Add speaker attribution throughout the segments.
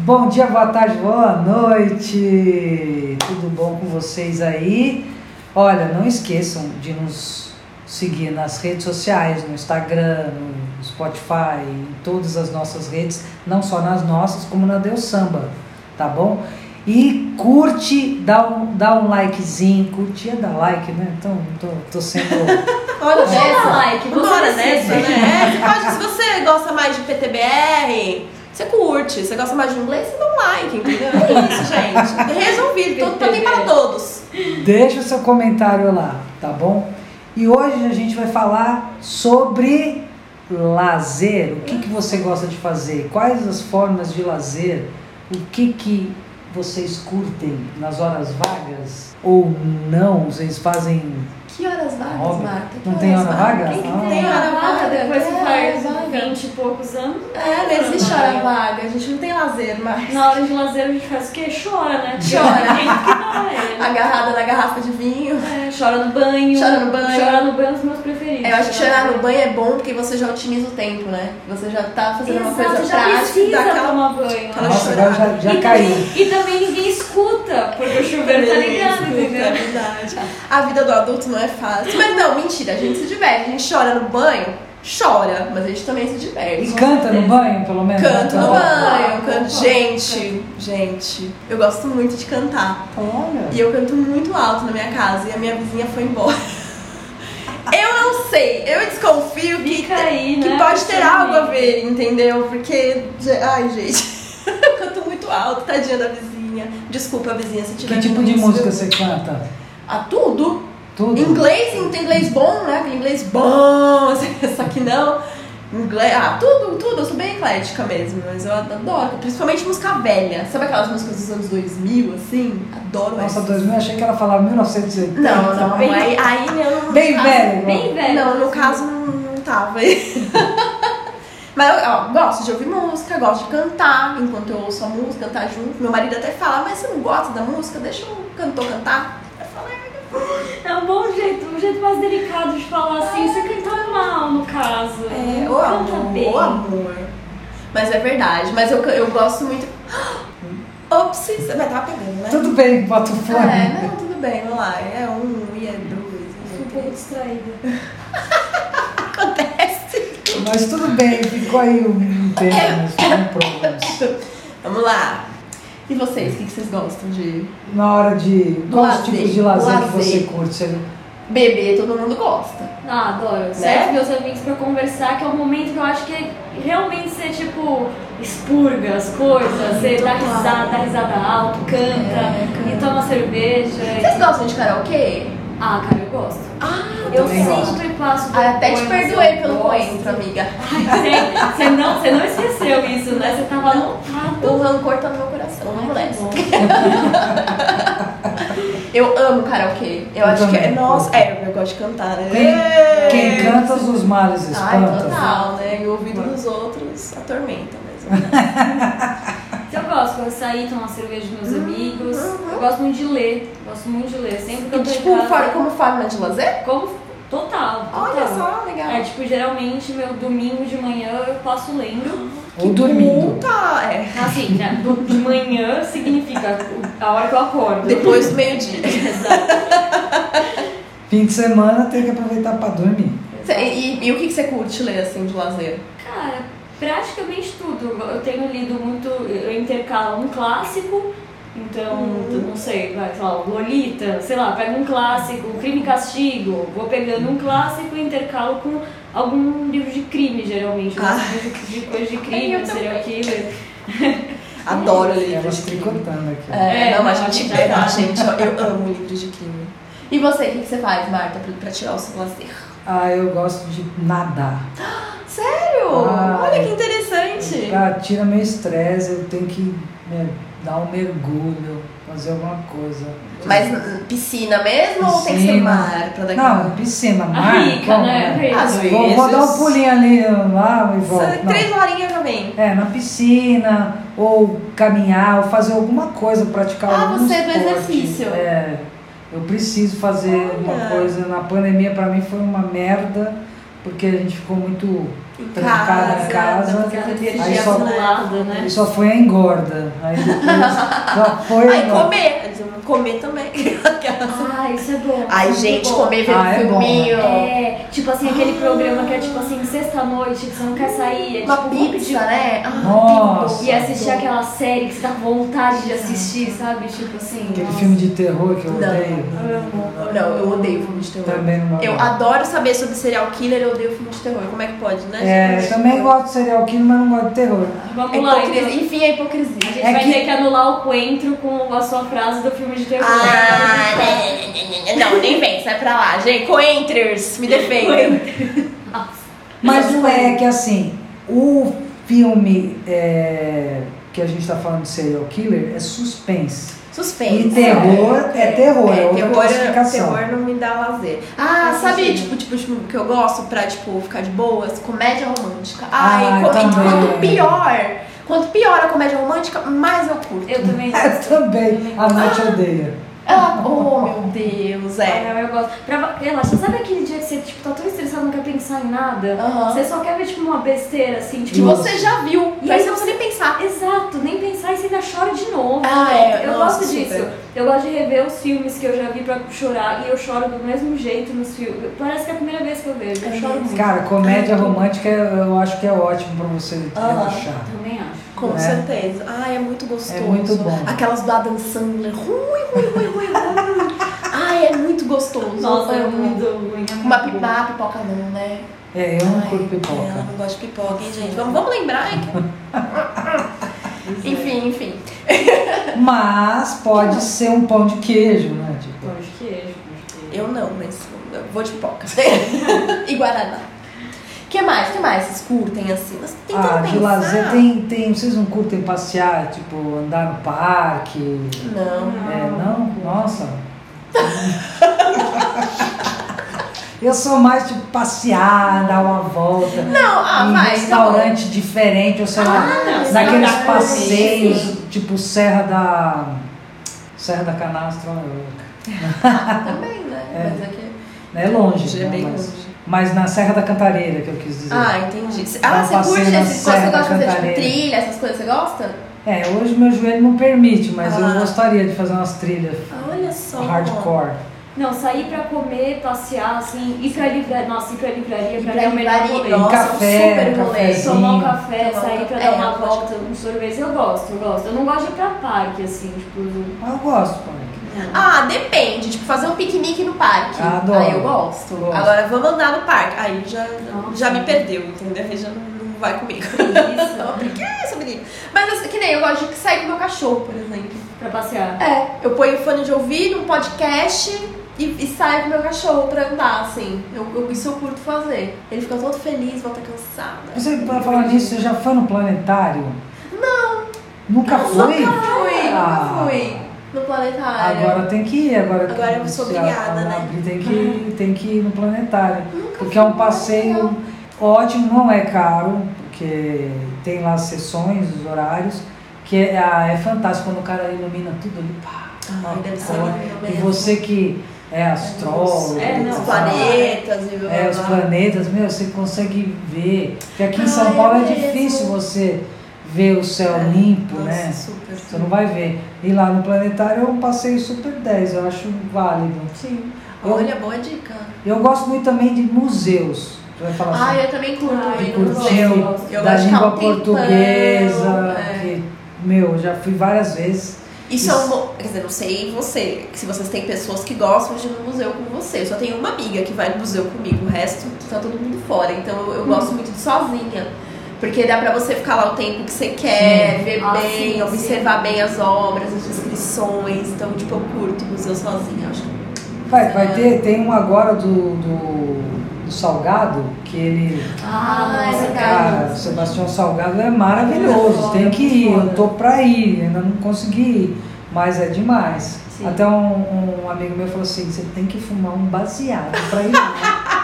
Speaker 1: Bom dia, boa tarde, boa noite. Tudo bom com vocês aí? Olha, não esqueçam de nos seguir nas redes sociais, no Instagram, no Spotify, em todas as nossas redes, não só nas nossas, como na Deus Samba, tá bom? E curte, dá um, dá um likezinho, curtir é dar like, né? Então, tô, tô sendo...
Speaker 2: Bora nessa.
Speaker 3: like, É você
Speaker 2: Bora
Speaker 3: decide.
Speaker 2: nessa, né? Você pode- se você gosta mais de PTBR, você curte. Se você gosta mais de inglês, você dá um like, entendeu? É isso, gente. Resolvido. Tudo também para todos.
Speaker 1: Deixa o seu comentário lá, tá bom? E hoje a gente vai falar sobre lazer. O que, que você gosta de fazer? Quais as formas de lazer? O que, que vocês curtem nas horas vagas? Ou não? Vocês fazem.
Speaker 3: Que horas vagas,
Speaker 1: Óbvio.
Speaker 3: Marta? Que
Speaker 1: Não tem
Speaker 3: horas
Speaker 1: hora
Speaker 3: vagas?
Speaker 1: vaga?
Speaker 3: Tem que
Speaker 1: Ah.
Speaker 3: ter
Speaker 1: Tem
Speaker 3: hora vaga.
Speaker 4: depois que
Speaker 3: É,
Speaker 4: faz
Speaker 3: vaga.
Speaker 4: 20 e poucos anos.
Speaker 3: É, não existe
Speaker 4: Não,
Speaker 3: hora
Speaker 4: não.
Speaker 3: vaga. A gente não tem lazer mais.
Speaker 4: Na hora de lazer a gente faz o quê? Chora, né?
Speaker 3: Chora.
Speaker 4: Tem que dar, é.
Speaker 3: Agarrada na garrafa de vinho.
Speaker 4: É, chora no banho.
Speaker 3: Chora no banho.
Speaker 4: Chorar no banho é um dos meus preferidos.
Speaker 3: É, eu acho que chorar no banho é bom porque você já otimiza o tempo, né? Você já tá fazendo
Speaker 4: Exato,
Speaker 3: uma coisa
Speaker 4: já
Speaker 3: prática.
Speaker 4: precisa
Speaker 3: dá aquela-
Speaker 4: tomar banho. né?
Speaker 3: aquela
Speaker 1: Nossa, agora já, já
Speaker 4: e,
Speaker 1: caiu.
Speaker 4: também, e também ninguém escuta, porque o chuveiro tá ligado,
Speaker 3: É
Speaker 4: entendeu?
Speaker 3: verdade. A vida do adulto não é fácil. Mas não, mentira, a gente se diverte. A gente chora no banho, chora, mas a gente também se diverte.
Speaker 1: E canta no banho, pelo menos?
Speaker 3: Canto
Speaker 1: Tá
Speaker 3: no
Speaker 1: bom?
Speaker 3: banho, canto. Gente, gente, eu gosto muito de cantar. E
Speaker 1: Olha.
Speaker 3: eu canto muito alto na minha casa e a minha vizinha foi embora. Eu não sei, eu desconfio que,
Speaker 4: Fica aí,
Speaker 3: que
Speaker 4: né,
Speaker 3: pode ter
Speaker 4: pensamento.
Speaker 3: algo a ver, entendeu? Porque, ge- ai gente, eu canto muito alto, tadinha da vizinha. Desculpa, vizinha, se tiver.
Speaker 1: Que tipo
Speaker 3: ouvindo
Speaker 1: de
Speaker 3: isso,
Speaker 1: música
Speaker 3: eu-
Speaker 1: você canta?
Speaker 3: A tudo.
Speaker 1: Tudo?
Speaker 3: Inglês, não tem inglês bom, né? Aquele inglês bom, só que não. Inglês, ah, tudo, tudo. Eu sou bem eclética mesmo, mas eu adoro. Principalmente música velha. Sabe aquelas músicas dos anos 2000, assim? Adoro
Speaker 1: Nossa,
Speaker 3: essas.
Speaker 1: 2000, achei que ela falava 1980.
Speaker 3: Não, não,
Speaker 4: Bem-
Speaker 3: aí, aí não.
Speaker 1: Bem
Speaker 3: ah,
Speaker 1: velho.
Speaker 4: Bem velho.
Speaker 3: Não, no
Speaker 4: assim.
Speaker 3: caso não, não tava aí. Mas eu ó, gosto de ouvir música, gosto de cantar enquanto eu ouço a música, cantar junto. Meu marido até fala, "Ah, mas você não gosta da música? Deixa o cantor cantar. Eu falo, "É,
Speaker 4: É um bom jeito, um jeito mais delicado de falar assim. Você cantou mal, no caso.
Speaker 3: É, o
Speaker 4: Canta bem.
Speaker 3: amor, o amor. Mas é verdade, mas eu, eu gosto muito. Ops, mas tava pegando, né?
Speaker 1: Tudo bem, bota o fone.
Speaker 3: É, não, tudo bem, vamos lá. É um e é dois.
Speaker 4: Fiquei um
Speaker 3: e é
Speaker 4: pouco
Speaker 3: três.
Speaker 4: distraída.
Speaker 3: Acontece.
Speaker 1: Mas tudo bem, ficou aí um
Speaker 3: É.
Speaker 1: termo, um problema.
Speaker 3: Vamos lá. E vocês, o que que vocês gostam de
Speaker 1: Na hora de. Quais
Speaker 3: lazer,
Speaker 1: tipos de lazer,
Speaker 3: lazer.
Speaker 1: que você curte? Você-
Speaker 3: beber? Todo mundo gosta.
Speaker 4: Ah,
Speaker 3: Né?
Speaker 4: adoro. Certo, meus amigos pra conversar, que é o momento que eu acho que é realmente você, tipo, expurga as coisas, você dá
Speaker 3: total.
Speaker 4: risada, dá risada alto, canta,
Speaker 3: É, canta.
Speaker 4: e toma cerveja.
Speaker 3: Vocês gostam de karaokê?
Speaker 4: Ah, cara, eu gosto.
Speaker 3: Ah,
Speaker 4: eu
Speaker 1: também gosto.
Speaker 4: sempre passo
Speaker 3: Ah, até te
Speaker 4: vergonha,
Speaker 3: perdoei
Speaker 4: eu
Speaker 3: pelo
Speaker 4: gosto.
Speaker 3: coentro, amiga.
Speaker 4: Ai, Você você não, você não esqueceu isso, né? Você tava lotado.
Speaker 3: O rancor tá no meu coração, não
Speaker 4: Ai, que
Speaker 3: molesta.
Speaker 4: bom.
Speaker 3: Eu amo karaokê. Eu,
Speaker 1: Eu
Speaker 3: acho que é.
Speaker 1: também.
Speaker 3: Nossa, é, eu gosto de cantar, né?
Speaker 1: Quem-
Speaker 3: É.
Speaker 1: Quem canta os males
Speaker 3: Ai,
Speaker 1: espanta.
Speaker 3: total, né? E o ouvido dos outros atormenta mesmo.
Speaker 4: Então eu gosto, eu gosto de sair, tomar cerveja com meus
Speaker 3: Uhum,
Speaker 4: amigos. Eu gosto muito de ler, gosto muito de ler. Sempre que eu
Speaker 3: E,
Speaker 4: tô
Speaker 3: tipo,
Speaker 4: em casa,
Speaker 3: fora- como forma de lazer?
Speaker 4: Como total, total.
Speaker 3: Olha só, legal.
Speaker 4: É, tipo, geralmente meu domingo de manhã eu passo lendo.
Speaker 1: Ou dormindo.
Speaker 3: Puta, é.
Speaker 4: Assim, né? do- De manhã significa o- a hora que eu acordo.
Speaker 3: É, Depois do meio-dia.
Speaker 4: Exato.
Speaker 1: Fim de semana tem que aproveitar pra dormir.
Speaker 3: Cê- E, e o que que você curte ler, assim, de lazer?
Speaker 4: Cara, praticamente tudo. Eu tenho lido muito, eu intercalo um clássico. Então, eu não sei, vai, sei lá, Lolita, sei lá, pego um clássico, Crime e Castigo, vou pegando um clássico e intercalo com algum livro de crime, geralmente,
Speaker 3: Ah.
Speaker 4: um livro de, de coisa de crime,
Speaker 3: Eu
Speaker 4: serial killer.
Speaker 3: Adoro ler livro
Speaker 1: Elas
Speaker 3: de crime.
Speaker 1: tricotando aqui.
Speaker 3: É,
Speaker 4: É,
Speaker 3: não, a
Speaker 4: não,
Speaker 3: gente
Speaker 4: a gente
Speaker 3: pera,
Speaker 4: adora.
Speaker 3: gente. ó, Eu amo livros de crime. E você, o que que você faz, Marta, pra, pra tirar o seu lazer?
Speaker 1: Ah, eu gosto de nadar.
Speaker 3: Sério?
Speaker 1: Ah.
Speaker 3: Olha que interessante.
Speaker 1: Ah, tira meu estresse, eu tenho que né, dar um mergulho, fazer alguma coisa.
Speaker 3: Mas hum, piscina mesmo ou tem que ser
Speaker 1: Piscina.
Speaker 3: mar pra daqui?
Speaker 1: Não, piscina,
Speaker 4: A
Speaker 1: mar,
Speaker 4: rica,
Speaker 1: Ah, como,
Speaker 4: né? A
Speaker 1: né?
Speaker 4: rica.
Speaker 3: Às
Speaker 1: Vou, vou dar um pulinho ali lá e volto. Não.
Speaker 3: Três horinhas também.
Speaker 1: É, na piscina, ou caminhar, ou fazer alguma coisa, praticar
Speaker 3: Ah,
Speaker 1: algum
Speaker 3: você é do
Speaker 1: esporte.
Speaker 3: exercício.
Speaker 1: É, eu preciso fazer
Speaker 3: Olha.
Speaker 1: uma coisa. Na pandemia, pra mim, foi uma merda, porque a gente ficou muito trancada em casa.
Speaker 4: Aquela
Speaker 1: Aí
Speaker 4: energia
Speaker 1: só-
Speaker 4: acumulada, né?
Speaker 1: Ele só foi a engorda. Aí depois só foi a
Speaker 3: Aí
Speaker 1: engorda.
Speaker 3: comer. Comer também.
Speaker 4: Ah, isso é bom.
Speaker 3: Ai,
Speaker 4: isso é
Speaker 3: gente,
Speaker 4: bom.
Speaker 3: comer
Speaker 1: Ah, é
Speaker 3: vendo
Speaker 1: bom, né?
Speaker 3: filminho.
Speaker 4: É, tipo assim, aquele programa que é tipo assim, sexta-noite, que você não quer sair. É,
Speaker 5: Uma
Speaker 4: tipo, vamos
Speaker 5: pizza, né? Ah,
Speaker 1: Nossa.
Speaker 4: E assistir aquela série que você tá com vontade de assistir, sabe? Tipo assim.
Speaker 1: Aquele
Speaker 4: nossa.
Speaker 1: filme de terror que eu
Speaker 5: Não,
Speaker 1: odeio.
Speaker 5: pizza. Não, eu odeio filme de terror.
Speaker 1: Também não
Speaker 3: Eu
Speaker 1: gosto.
Speaker 3: adoro saber sobre serial killer, eu odeio filme de terror. Como é que pode, né?
Speaker 1: É, eu também gosto de serial killer, mas não gosto de terror.
Speaker 4: Vamos
Speaker 5: É
Speaker 4: lá,
Speaker 5: hipocrisia.
Speaker 4: então.
Speaker 5: Enfim, é hipocrisia.
Speaker 4: A gente
Speaker 1: É
Speaker 4: vai
Speaker 1: que-
Speaker 4: ter que anular o coentro com a sua frase do filme de terror.
Speaker 3: Ah, né, né, né, né, não, nem vem, sai pra lá. Gente, coenters, me defenda.
Speaker 1: Mas não é que assim, o filme é, que a gente tá falando de serial killer é suspense.
Speaker 3: Suspense.
Speaker 1: E terror é terror, é,
Speaker 3: É,
Speaker 1: outra
Speaker 3: terror,
Speaker 1: classificação.
Speaker 3: terror não me dá lazer. Ah,
Speaker 4: Faz
Speaker 3: sabe,
Speaker 4: sentido.
Speaker 3: tipo, tipo, tipo, que eu gosto pra, tipo, ficar de boas? Comédia romântica. Ai,
Speaker 1: Ah,
Speaker 3: co- e
Speaker 1: também.
Speaker 3: quanto pior, quanto pior a comédia romântica, mais eu curto.
Speaker 4: Eu também
Speaker 1: É,
Speaker 4: gosto.
Speaker 1: também. A Nath odeia.
Speaker 3: Ah, oh, meu Deus, é.
Speaker 4: É, eu gosto. Pra, relaxa, sabe aquele dia que você tipo, tá tão estressado, não quer pensar em nada?
Speaker 5: Aham.
Speaker 4: Você só quer ver tipo, uma besteira assim,
Speaker 3: Que
Speaker 4: tipo,
Speaker 1: Nossa.
Speaker 3: você já viu, é. e aí você não precisa nem pensar.
Speaker 4: Exato, nem pensar e você ainda chora de novo.
Speaker 3: Ah, é,
Speaker 4: eu
Speaker 3: nossa,
Speaker 4: gosto disso.
Speaker 3: super.
Speaker 4: Eu gosto de rever os filmes que eu já vi pra chorar e eu choro do mesmo jeito nos filmes. Parece que é a primeira vez que eu vejo. Eu choro muito.
Speaker 1: Cara, comédia romântica eu acho que é ótimo pra você relaxar.
Speaker 3: Ah.
Speaker 4: Também acho.
Speaker 3: Com
Speaker 1: né?
Speaker 3: certeza. Ai, é muito gostoso.
Speaker 1: É muito bom.
Speaker 3: Aquelas do Adam Sandler. Rui, rui, rui, rui, rui. Ai, é muito gostoso.
Speaker 4: Nossa, é
Speaker 3: Amo.
Speaker 4: muito ruim. é muito
Speaker 5: Uma
Speaker 4: bom.
Speaker 5: pipa, pipoca não, né?
Speaker 1: É, eu não
Speaker 3: Ai,
Speaker 1: curto
Speaker 3: Ela
Speaker 1: pipoca.
Speaker 3: não gosta de pipoca, hein, gente? Vamos, vamos lembrar. hein? enfim, enfim.
Speaker 1: Mas pode ser um pão de queijo, né? Tipo,
Speaker 4: Pão de queijo, pão de
Speaker 3: Eu
Speaker 4: queijo.
Speaker 3: é. não, mas eu vou de pipoca.
Speaker 5: E Guaraná.
Speaker 3: O que mais? O que mais? Vocês curtem assim? Mas tem
Speaker 1: ah,
Speaker 3: que
Speaker 1: de lazer tem, tem. Vocês não curtem passear, tipo, andar no parque?
Speaker 3: Não.
Speaker 1: É, não? Nossa. eu sou mais tipo passear, dar uma volta.
Speaker 3: Não, ah,
Speaker 1: em
Speaker 3: vai.
Speaker 1: restaurante diferente, ou sei lá,
Speaker 4: não,
Speaker 1: naqueles
Speaker 4: sim,
Speaker 1: passeios, tipo Serra da. Serra da Canastra, é ó,
Speaker 3: Tá bom. Também, né? Mas é que...
Speaker 1: né? É longe,
Speaker 3: É
Speaker 1: né?
Speaker 3: bem
Speaker 1: mas,
Speaker 3: longe.
Speaker 1: mas na Serra da Cantareira que eu quis dizer.
Speaker 3: Ah, entendi.
Speaker 1: Dá
Speaker 3: Ah,
Speaker 1: um
Speaker 3: você
Speaker 1: passeio
Speaker 3: curte
Speaker 1: na
Speaker 3: esses coisas? Você
Speaker 1: Serra
Speaker 3: gosta de fazer tipo
Speaker 1: Cantareira.
Speaker 3: trilha, essas coisas? Você gosta?
Speaker 1: É, hoje meu joelho não permite, mas
Speaker 3: Ah. Tá
Speaker 1: eu gostaria de fazer umas trilhas
Speaker 3: Olha só.
Speaker 1: hardcore.
Speaker 4: Não, sair pra comer, passear, assim, ir pra livraria. Nossa, ir pra livraria,
Speaker 5: Ir
Speaker 4: pra
Speaker 5: pra
Speaker 4: mim é o melhor
Speaker 5: livraria,
Speaker 4: rolê.
Speaker 1: Um
Speaker 5: nossa,
Speaker 1: café,
Speaker 5: super
Speaker 1: um
Speaker 5: rolê.
Speaker 1: cafezinho.
Speaker 4: Tomar um café,
Speaker 5: Tomar um
Speaker 4: sair
Speaker 5: café.
Speaker 4: pra dar
Speaker 5: É,
Speaker 4: uma
Speaker 5: eu
Speaker 4: volta, um sorvete, eu gosto, eu gosto. Eu não gosto de ir pra parque, assim, tipo. eu-
Speaker 1: Ah, eu gosto, pai.
Speaker 3: Ah, depende. Tipo, fazer um piquenique no parque.
Speaker 1: Ah, adoro.
Speaker 3: Aí eu gosto.
Speaker 1: Gosto.
Speaker 3: Agora, vamos andar no parque. Aí já,
Speaker 4: Nossa.
Speaker 3: já me perdeu, entendeu? Aí já não, não vai comigo.
Speaker 4: Isso,
Speaker 3: Por que é essa menina?
Speaker 5: Mas assim, que nem eu gosto de sair com meu cachorro, por exemplo.
Speaker 4: pra passear.
Speaker 5: É.
Speaker 3: Eu ponho fone de ouvido, um podcast e, e saio com meu cachorro pra andar, assim. Eu, eu- isso eu curto fazer. Ele fica todo feliz, volta cansada.
Speaker 1: Você, pra falar nisso, você já foi no planetário? Não. Nunca foi?
Speaker 3: Nunca fui,
Speaker 1: Ah.
Speaker 3: nunca fui. No planetário.
Speaker 1: Agora tem que ir, agora,
Speaker 3: Agora eu sou
Speaker 1: se a-
Speaker 3: obrigada,
Speaker 1: a
Speaker 3: né?
Speaker 1: Labri Tem que, ir- tem que ir no planetário. porque é um passeio ótimo, não é caro, porque tem lá as sessões, os horários, que é, ah, é fantástico quando o cara ilumina tudo ali. Pá,
Speaker 3: Ai, deve ser
Speaker 1: coloca.
Speaker 3: lindo
Speaker 1: é e
Speaker 3: É mesmo.
Speaker 1: você que é astrólogo,
Speaker 4: É, não,
Speaker 3: Os
Speaker 1: sabe?
Speaker 3: planetas e blá,
Speaker 1: É, os
Speaker 3: blá, blá.
Speaker 1: planetas, meu, você consegue ver. Porque aqui em
Speaker 3: Ah,
Speaker 1: São
Speaker 3: é
Speaker 1: Paulo é,
Speaker 3: mesmo. É,
Speaker 1: difícil você ver o céu limpo,
Speaker 3: Nossa,
Speaker 1: né?
Speaker 3: super.
Speaker 1: Você não vai ver. E lá no planetário eu passei super 10, eu acho válido. Sim. Eu,
Speaker 3: Olha, boa dica.
Speaker 1: eu gosto muito também de museus. Você vai falar
Speaker 5: Ah,
Speaker 1: assim,
Speaker 5: eu também curto
Speaker 4: Ah,
Speaker 5: ir
Speaker 1: de
Speaker 5: no
Speaker 4: eu
Speaker 1: curtir,
Speaker 5: museu.
Speaker 4: gosto.
Speaker 3: Eu
Speaker 1: da
Speaker 3: gosto de ficar
Speaker 1: língua
Speaker 3: um tempão,
Speaker 1: portuguesa.
Speaker 3: é.
Speaker 1: que, meu, eu já fui várias vezes.
Speaker 3: Isso, é um.
Speaker 1: Isso.
Speaker 3: mo- Quer dizer, não sei você, se vocês têm pessoas que gostam de ir no museu com você. Eu só tenho uma amiga que vai no museu comigo, o resto tá todo mundo fora. Então eu, eu gosto muito de sozinha. Porque dá pra você ficar lá o tempo que você quer, ver
Speaker 4: Ah,
Speaker 3: bem,
Speaker 4: sim,
Speaker 3: observar bem as obras, as descrições. Então, tipo, eu curto o museu sozinha, acho. que-
Speaker 1: Vai,
Speaker 3: É.
Speaker 1: vai ter, tem um agora do, do, do Salgado, que ele.
Speaker 4: Ah,
Speaker 5: Ah, é
Speaker 4: nossa,
Speaker 5: verdade.
Speaker 1: Cara, o Sebastião Salgado é maravilhoso, tem que ir. Eu tô pra ir, ainda não consegui ir, mas é demais.
Speaker 4: Sim.
Speaker 1: Até um, um amigo meu falou assim: você tem que fumar um baseado pra ir. lá."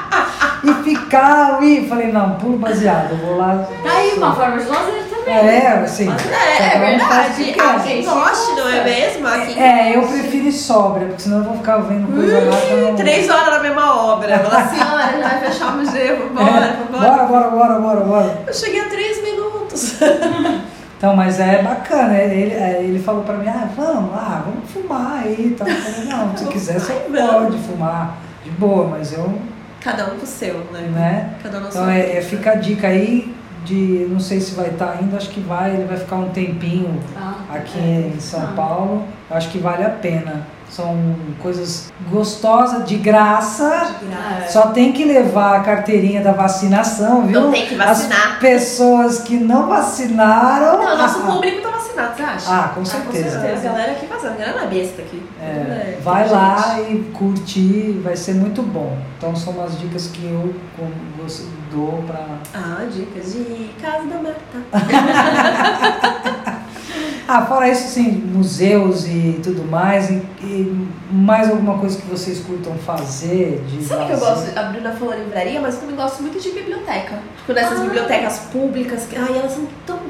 Speaker 1: e ficar ali. Falei: não, puro baseado, eu vou lá.
Speaker 4: Tá aí uma forma de lazer também.
Speaker 1: É, assim.
Speaker 3: Mas
Speaker 1: cada
Speaker 3: Tá É, é
Speaker 1: um faz o
Speaker 3: verdade.
Speaker 1: que quer.
Speaker 3: A gente gosta, não é mesmo? Aqui
Speaker 1: É, eu prefiro ir sóbria, porque senão eu vou ficar vendo coisa lá tá que eu não...
Speaker 3: Três horas na mesma obra. Fala assim, olha, já vai fechar o museu, vambora,
Speaker 1: É,
Speaker 3: vambora.
Speaker 1: bora, bora, bora, bora, bora.
Speaker 3: Eu cheguei a três minutos.
Speaker 1: Então, mas é bacana. Ele, é, ele falou pra mim, ah, vamos, ah, vamos fumar aí. e Tal. Eu falei, não, se quiser, você pode fumar. De boa, mas eu,
Speaker 3: Cada um com o seu, né?
Speaker 1: né?
Speaker 3: Cada um na
Speaker 1: Então,
Speaker 3: sua.
Speaker 1: é, é, fica a dica aí de, não sei se vai estar ainda, acho que vai, ele vai ficar um tempinho
Speaker 4: Ah,
Speaker 1: aqui
Speaker 4: é.
Speaker 1: em São
Speaker 4: Ah.
Speaker 1: Paulo. Eu acho que vale a pena. São coisas gostosas, de graça.
Speaker 4: Ah, é.
Speaker 1: Só tem que levar a carteirinha da vacinação, viu?
Speaker 3: Não Então tem que vacinar.
Speaker 1: As pessoas que não vacinaram.
Speaker 3: Não, nosso público tá vacinado, você acha?
Speaker 1: Ah, com certeza.
Speaker 3: A galera aqui vazando, a galera besta aqui.
Speaker 1: É, vai lá e curtir, vai ser muito bom. Então são umas dicas que eu com- você- dou pra.
Speaker 3: Ah, dicas de casa da Marta.
Speaker 1: Ah, fora isso, sim, museus e tudo mais. E, e mais alguma coisa que vocês curtam fazer? De
Speaker 3: Sabe que eu
Speaker 1: lazer?
Speaker 3: gosto de abrir na Flor Livraria, mas eu também gosto muito de biblioteca. Tipo, dessas bibliotecas públicas, que, ai, elas são tão
Speaker 1: O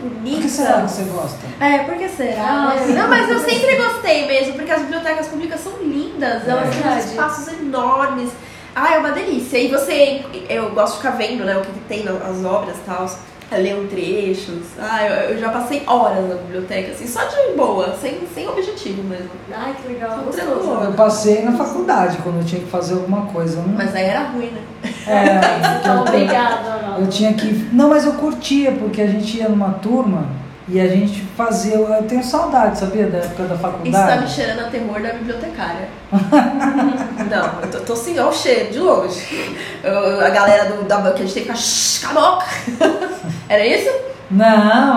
Speaker 1: Ah.
Speaker 3: bonitas.
Speaker 1: que será que você gosta?
Speaker 3: É, por que será?
Speaker 4: Ah,
Speaker 3: Mas-
Speaker 4: sim.
Speaker 3: não, mas eu sempre gostei mesmo, porque as bibliotecas públicas são lindas, elas
Speaker 1: É.
Speaker 3: têm uns
Speaker 4: Verdade.
Speaker 3: espaços enormes. Ah, é uma delícia. E você, eu gosto de ficar vendo, né, o que, que tem nas obras e tal, ler um trechos. Ah, eu, eu já passei horas na biblioteca, assim, só de boa, sem, sem objetivo mesmo.
Speaker 4: Ai, que legal.
Speaker 3: Tô
Speaker 4: Gostoso.
Speaker 3: tranquila.
Speaker 1: Eu passei na faculdade quando eu tinha que fazer alguma coisa. Eu não-
Speaker 3: Mas aí era ruim, né?
Speaker 1: É,
Speaker 3: tá
Speaker 1: porque eu-
Speaker 4: Então, obrigada,
Speaker 1: Eu tinha que. Não, mas eu curtia, porque a gente ia numa turma e a gente fazia. Eu tenho saudade, sabia? Da época da
Speaker 3: Isso tá me
Speaker 1: faculdade.
Speaker 3: cheirando a terror da bibliotecária. não, eu tô, tô assim, ó, o cheiro, de longe. Eu- a galera do, da banca, a gente tem que ficar, "Shh, cala a boca." Era isso?
Speaker 1: Não,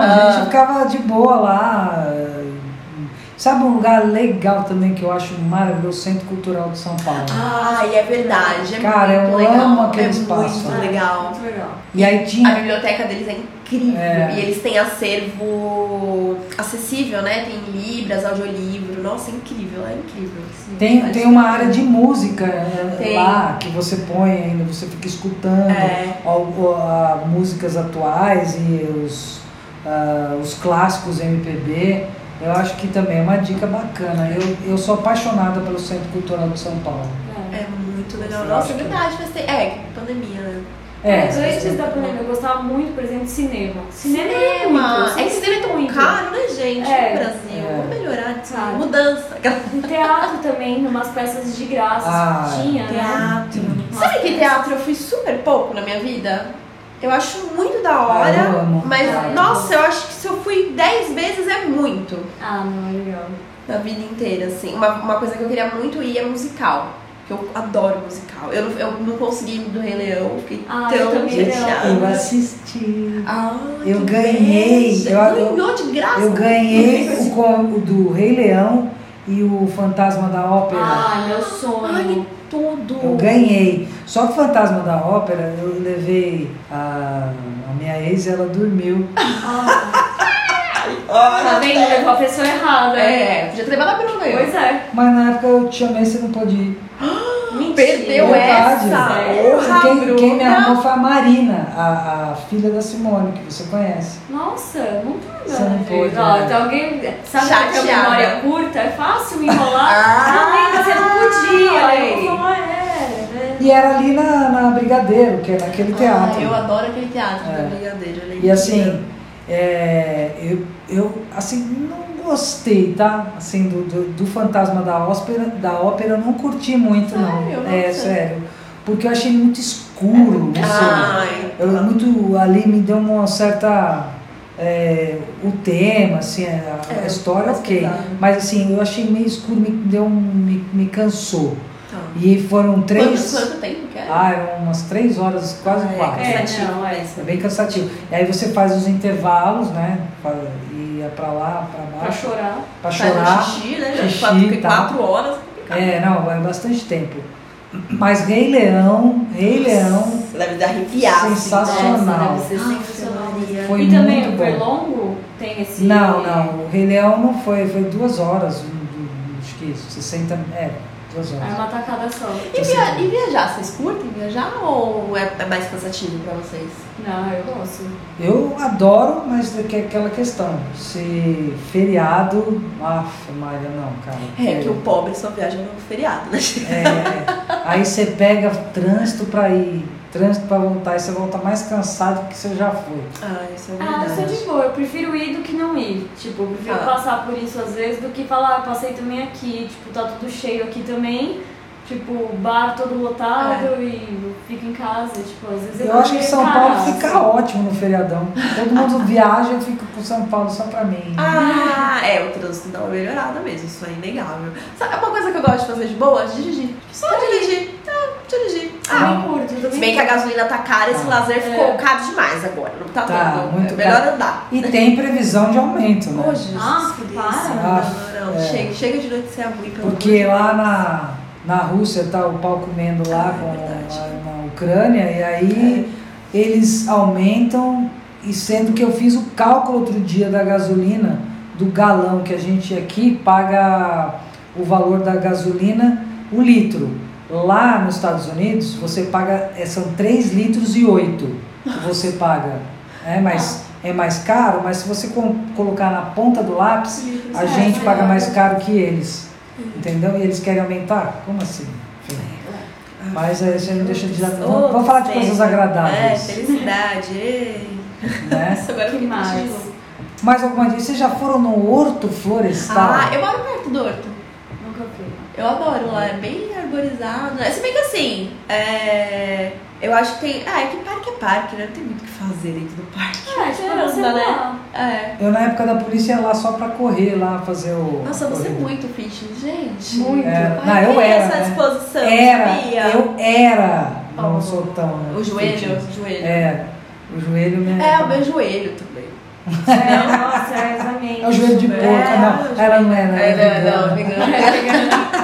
Speaker 1: a
Speaker 3: Ah.
Speaker 1: gente ficava de boa lá. Sabe um lugar legal também que eu acho maravilhoso? O Centro Cultural de São Paulo.
Speaker 3: Ai, é verdade. É
Speaker 1: Cara,
Speaker 3: muito
Speaker 1: eu
Speaker 3: legal.
Speaker 1: amo aquele
Speaker 3: é
Speaker 1: espaço. né?
Speaker 3: Muito legal.
Speaker 4: Muito legal.
Speaker 1: E aí
Speaker 3: A
Speaker 1: tinha.
Speaker 3: biblioteca deles é incrível.
Speaker 1: É.
Speaker 3: E eles têm acervo acessível, né? Tem libras, audiolivro. Nossa, é incrível. É incrível. assim.
Speaker 1: Tem, tem uma área de música né,
Speaker 3: Tem.
Speaker 1: lá que você põe ainda, você fica escutando
Speaker 3: É.
Speaker 1: al- a- músicas atuais e os, ah, os clássicos MPB. Eu acho que também é uma dica bacana. Eu, eu sou apaixonada pelo Centro Cultural de São Paulo.
Speaker 4: É.
Speaker 3: É muito legal.
Speaker 1: Você
Speaker 3: Nossa,
Speaker 1: acha
Speaker 3: é
Speaker 1: que-
Speaker 3: verdade. Mas tem... É, pandemia, né?
Speaker 1: É,
Speaker 4: Mas antes da pandemia, eu gostava muito, por exemplo, de cinema. Cinema, é
Speaker 3: Uma-
Speaker 4: muito.
Speaker 3: É que cinema é tão
Speaker 4: muito.
Speaker 3: caro, né, gente?
Speaker 4: É.
Speaker 3: No Brasil.
Speaker 1: É.
Speaker 3: Vamos melhorar. isso.
Speaker 4: Claro.
Speaker 3: Mudança.
Speaker 4: No teatro também, umas peças de graça
Speaker 1: Ah,
Speaker 4: que tinha, né?
Speaker 3: Teatro. Sabe que teatro eu fui super pouco na minha vida? Eu acho muito da hora.
Speaker 1: Ah, eu amo.
Speaker 3: Mas,
Speaker 1: Ah, eu
Speaker 3: nossa, eu acho que se eu fui 10 vezes é muito
Speaker 4: Ah, não, é legal.
Speaker 3: na vida inteira, assim. Uma, uma coisa que eu queria muito ir é musical. Que eu adoro musical. Eu, não- eu não consegui ir do Rei Leão, fiquei
Speaker 4: Ah, eu
Speaker 3: tão
Speaker 4: também não.
Speaker 1: Eu
Speaker 3: chateada.
Speaker 1: assisti.
Speaker 3: Ah,
Speaker 1: Eu
Speaker 3: que
Speaker 1: ganhei,
Speaker 3: inveja.
Speaker 1: eu- eu-
Speaker 3: Ganhou de graça.
Speaker 1: Eu ganhei o combo do Rei Leão e o Fantasma da Ópera.
Speaker 4: Ah, meu sonho.
Speaker 3: Ai, tudo.
Speaker 1: Eu ganhei. Só que o Fantasma da Ópera, eu levei a, a minha ex e ela dormiu.
Speaker 4: Ah. Tá vendo? Levou a pessoa errada.
Speaker 3: É, podia ter levado a peruca.
Speaker 4: Pois é.
Speaker 1: Mas na época eu te chamei, você não pôde ir.
Speaker 4: Mentira.
Speaker 3: Perdeu
Speaker 1: Verdade.
Speaker 3: essa.
Speaker 1: Porra, quem, quem me
Speaker 3: Bruna.
Speaker 1: arrumou foi a Marina, a, a filha da Simone, que você conhece.
Speaker 4: Nossa, não tô lembrando.
Speaker 1: Você não
Speaker 4: gente.
Speaker 1: pôde,
Speaker 4: Ó,
Speaker 1: né?
Speaker 4: então alguém sabe que a
Speaker 3: Chateada.
Speaker 4: memória curta é fácil me enrolar.
Speaker 3: Ah,
Speaker 4: Ah, você não podia.
Speaker 3: olha aí.
Speaker 4: Eu vou falar, é, né?
Speaker 1: E era ali na, na Brigadeiro, que é naquele teatro.
Speaker 3: Ah, eu adoro aquele teatro
Speaker 1: É.
Speaker 3: da Brigadeiro. ele é
Speaker 1: E assim,
Speaker 3: incrível.
Speaker 1: é, eu, eu assim, não gostei, tá? Assim, do, do, do fantasma da ópera, da ópera eu não curti muito, não.
Speaker 3: Sério?
Speaker 1: É,
Speaker 3: Nossa. É,
Speaker 1: sério. Porque eu achei muito escuro, não sei.
Speaker 3: Ai,
Speaker 1: Eu, muito ali me deu uma certa. é, o tema, assim, a, a
Speaker 3: É,
Speaker 1: história,
Speaker 3: mais
Speaker 1: ok.
Speaker 3: pesado.
Speaker 1: Mas assim, eu achei meio escuro, me, deu um, me, me cansou.
Speaker 3: tá.
Speaker 1: E foram três.
Speaker 3: Quanto, quanto tempo que é?
Speaker 1: Ah, eram umas três horas, quase
Speaker 3: Ah, é
Speaker 1: quatro.
Speaker 3: cansativo,
Speaker 4: É, não, é.
Speaker 1: É bem cansativo. E aí você faz os intervalos, né? Pra- Ia pra lá, pra
Speaker 4: Pra
Speaker 1: baixo,
Speaker 4: chorar.
Speaker 1: pra
Speaker 3: Faz um
Speaker 1: chorar.
Speaker 3: xixi, né?
Speaker 1: xixi,
Speaker 3: quatro,
Speaker 1: tá.
Speaker 3: quatro horas.
Speaker 1: É, não, é bastante tempo. Mas Rei Leão, Rei Leão,
Speaker 3: Deve dar assim, né? arrepiar.
Speaker 1: Então, Sensacional.
Speaker 4: Nossa, deve ser
Speaker 3: Ai,
Speaker 4: sensacional.
Speaker 3: Maria.
Speaker 1: Foi
Speaker 4: e também
Speaker 1: muito
Speaker 4: o
Speaker 1: bom.
Speaker 4: Perlongo tem esse.
Speaker 1: Não, não, o Rei Leão não foi, foi duas horas, um, um, acho acho que isso. 60, é, duas
Speaker 4: É
Speaker 1: horas.
Speaker 4: uma tacada só.
Speaker 3: E, via- e viajar, vocês curtem viajar ou é, é mais cansativo pra vocês?
Speaker 4: Não, eu gosto.
Speaker 1: Eu adoro, mas é que- aquela questão, se feriado, aff, Maria, não, cara.
Speaker 3: É que o pobre só viaja no feriado, né?
Speaker 1: É, aí você pega trânsito pra ir, trânsito pra voltar, e você volta mais cansado do que você já foi.
Speaker 3: Ah, isso é
Speaker 4: Ah, eu sou
Speaker 3: verdade.
Speaker 4: de boa, eu prefiro ir do que não ir. Tipo, eu prefiro
Speaker 3: Ah.
Speaker 4: passar por isso às vezes do que falar, ah, passei também aqui, tipo, tá tudo cheio aqui também. Tipo, bar todo lotado
Speaker 3: É.
Speaker 4: e fico em casa, tipo, às vezes
Speaker 1: Eu acho que
Speaker 4: prefiro
Speaker 1: São
Speaker 4: ficar
Speaker 1: Paulo
Speaker 4: assim.
Speaker 1: fica ótimo no feriadão. Todo mundo viaja, eu fico com São Paulo só pra mim.
Speaker 3: Ah, é, o trânsito dá uma melhorada mesmo, isso é inegável. Sabe é uma coisa que eu gosto de fazer de boa? Dirigir. Só dirigir. Ah, dirigir. Ah,
Speaker 4: Também curto, também
Speaker 3: se bem que a gasolina tá cara, esse
Speaker 1: Ah.
Speaker 3: lazer
Speaker 4: É.
Speaker 3: ficou caro demais agora. Não tá,
Speaker 1: Tá,
Speaker 3: dando.
Speaker 1: muito
Speaker 3: é melhor
Speaker 1: caro.
Speaker 3: andar.
Speaker 1: E tem previsão de aumento, né?
Speaker 3: Hoje,
Speaker 4: Ah,
Speaker 1: para.
Speaker 3: Não, não,
Speaker 1: É.
Speaker 3: chega, chega de noticiar ruim. pelo amor
Speaker 1: Porque
Speaker 3: de
Speaker 1: lá
Speaker 3: Deus.
Speaker 1: na, na Rússia tá o pau comendo lá
Speaker 3: Ah, é
Speaker 1: com
Speaker 3: verdade. É.
Speaker 1: a- na Ucrânia, e aí eles aumentam, e sendo que eu fiz o cálculo outro dia da gasolina, do galão que a gente aqui paga o valor da gasolina, o litro. Lá nos Estados Unidos, você paga, é, são 3 litros e 8 que você paga. É mais, é mais caro, mas se você co- colocar na ponta do lápis, a
Speaker 4: É,
Speaker 1: gente
Speaker 4: é.
Speaker 1: paga mais caro que eles. Entendeu? E eles querem aumentar? Como assim? Mas aí você não deixa de lado. Vamos, vamos falar de coisas
Speaker 3: É,
Speaker 1: agradáveis.
Speaker 3: felicidade. ei.
Speaker 1: Né?
Speaker 3: Nossa, agora eu
Speaker 4: Que
Speaker 3: fiquei
Speaker 4: mais?
Speaker 3: triste de novo.
Speaker 1: Mais alguma dica? Vocês já foram no Horto Florestal?
Speaker 3: Ah, eu moro perto do Horto.
Speaker 4: Nunca fui.
Speaker 3: Eu adoro lá, é bem arborizado. Se bem que assim, é, eu acho que tem. Ah, é que parque é parque, né? Não tem muito o que fazer dentro do parque.
Speaker 4: É, tipo,
Speaker 3: Caramba,
Speaker 4: você
Speaker 3: né?
Speaker 4: lá.
Speaker 3: É.
Speaker 1: Eu, na época da polícia ia lá só pra correr, lá fazer o.
Speaker 3: Nossa, você é
Speaker 1: corrida.
Speaker 3: muito fitness, gente.
Speaker 4: Muito.
Speaker 1: Era.
Speaker 3: Ai,
Speaker 1: Não, eu
Speaker 3: tem
Speaker 1: era,
Speaker 3: essa
Speaker 1: né?
Speaker 3: disposição, sabia?
Speaker 1: Era, eu era. Não
Speaker 3: Oh.
Speaker 1: sou tão.
Speaker 3: O joelho,
Speaker 1: fitness.
Speaker 3: o joelho.
Speaker 1: É, o joelho me.
Speaker 3: É, o meu joelho também.
Speaker 4: É, nossa, é, exatamente.
Speaker 1: É o joelho de porco,
Speaker 3: É, o
Speaker 1: não.
Speaker 3: joelho.
Speaker 1: Ela não era. né,
Speaker 3: É,
Speaker 1: era
Speaker 3: não, não,
Speaker 1: vegana.
Speaker 3: vegano.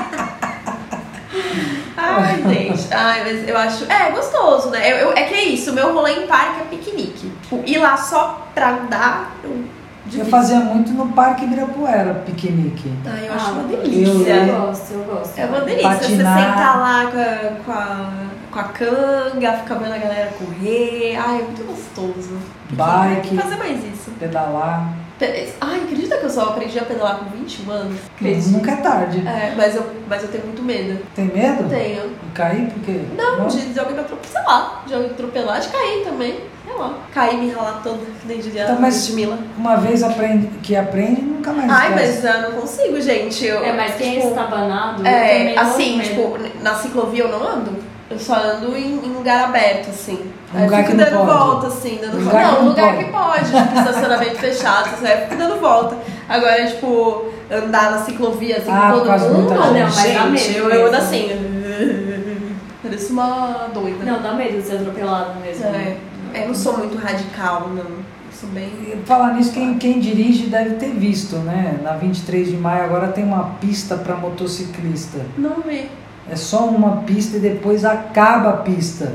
Speaker 3: Ai, gente. Ai, mas eu acho. É, gostoso, né? Eu, eu- é que é isso, meu rolê em parque é piquenique. Tipo, ir lá só pra andar. Eu,
Speaker 1: Eu
Speaker 3: difícil.
Speaker 1: fazia muito no Parque Ibirapuera, piquenique.
Speaker 3: Ai, eu
Speaker 4: Ah,
Speaker 3: acho uma
Speaker 1: eu-
Speaker 3: delícia.
Speaker 4: Eu gosto, eu gosto.
Speaker 3: É uma delícia você
Speaker 1: Patinar.
Speaker 3: sentar lá com a, com, a, com a canga, ficar vendo a galera correr. Ai, é muito gostoso.
Speaker 1: Bike,
Speaker 3: Fazer mais isso.
Speaker 1: pedalar.
Speaker 3: Pe- Ai, acredita que eu só aprendi a pedalar com 21 anos? Acredito.
Speaker 1: Nunca é tarde.
Speaker 3: É, mas eu, mas eu tenho muito medo.
Speaker 1: Tem medo?
Speaker 3: Eu tenho.
Speaker 1: De cair? Por quê?
Speaker 3: Não, de, de alguém me atropelar, sei lá, de alguém me atropelar, de cair também. Sei lá. Cair me ralar toda, que nem diria
Speaker 1: Tá,
Speaker 3: a
Speaker 1: mas-
Speaker 3: Ludmilla.
Speaker 1: Uma vez aprende, que aprende, nunca mais
Speaker 3: Ai,
Speaker 1: esquece.
Speaker 3: mas eu não consigo, gente. Eu,
Speaker 4: É, mas quem é
Speaker 3: tipo,
Speaker 4: estabanado, eu também
Speaker 3: É,
Speaker 4: não
Speaker 3: assim,
Speaker 4: recomendo.
Speaker 3: tipo, na ciclovia eu não ando. Eu só ando em, em lugar aberto, assim.
Speaker 1: Um
Speaker 3: Aí eu
Speaker 1: lugar
Speaker 3: fico
Speaker 1: que não
Speaker 3: dando
Speaker 1: pode.
Speaker 3: volta, assim, dando
Speaker 1: Um
Speaker 3: volta.
Speaker 1: lugar que
Speaker 3: Não, um
Speaker 1: não
Speaker 3: lugar
Speaker 1: pode.
Speaker 3: que pode, tipo, estacionamento fechado, assim, você vai ficar dando volta. Agora, tipo, andar na ciclovia assim
Speaker 1: Ah,
Speaker 3: com
Speaker 1: por
Speaker 3: todo
Speaker 1: causa de
Speaker 3: mundo.
Speaker 1: muita
Speaker 4: gente. Não, mas dá
Speaker 3: gente,
Speaker 4: medo
Speaker 3: eu, eu ando
Speaker 4: mesmo.
Speaker 3: assim. Parece uma doida.
Speaker 4: Não, dá medo de ser atropelado mesmo. né?
Speaker 3: É, eu não sou muito radical, não. Eu sou bem.
Speaker 1: E Falar nisso, quem, quem dirige deve ter visto, né? Na 23 de maio agora tem uma pista para motociclista.
Speaker 3: Não vi.
Speaker 1: É só uma pista e depois acaba a pista.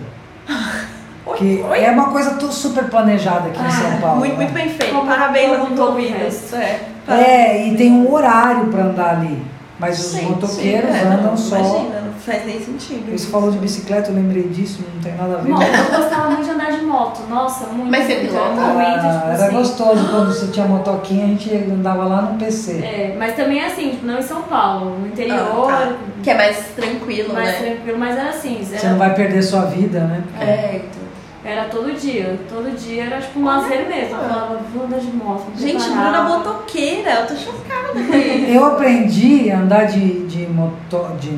Speaker 1: Que é uma coisa tu- super planejada aqui em São Paulo.
Speaker 3: Ah, Muito,
Speaker 1: né?
Speaker 3: muito bem feito.
Speaker 4: Como-
Speaker 3: Parabéns
Speaker 4: como
Speaker 3: aos
Speaker 4: todo o
Speaker 3: envolvidos.
Speaker 4: resto.
Speaker 3: É,
Speaker 1: É, e tem um horário para andar ali. Mas os
Speaker 3: Gente,
Speaker 1: motoqueiros
Speaker 3: é,
Speaker 1: andam
Speaker 3: não,
Speaker 1: só.
Speaker 3: Imagina, não faz nem sentido.
Speaker 1: Você falou de bicicleta, eu lembrei disso, não tem nada a ver.
Speaker 4: Moto, eu gostava muito de andar de moto. Nossa, muito.
Speaker 3: Mas você
Speaker 4: muito,
Speaker 3: pilota?
Speaker 4: era um momento,
Speaker 1: Ah,
Speaker 4: tipo
Speaker 1: era
Speaker 4: assim,
Speaker 1: gostoso quando você tinha motoquinha, a gente andava lá no PC.
Speaker 4: É, mas também assim, tipo, não em São Paulo, no interior,
Speaker 3: Ah, Que é mais tranquilo, né?
Speaker 4: mais tranquilo, mas era assim,
Speaker 1: Você não
Speaker 4: era,
Speaker 1: vai perder sua vida, né?
Speaker 3: É, então.
Speaker 4: era todo dia. Todo dia era tipo um lazer mesmo. Eu falava, vou andar de moto. me
Speaker 3: Gente, Bruna
Speaker 4: preparava.
Speaker 3: motoqueira, eu tô chocada com isso.
Speaker 1: Eu aprendi a andar de, de, moto, de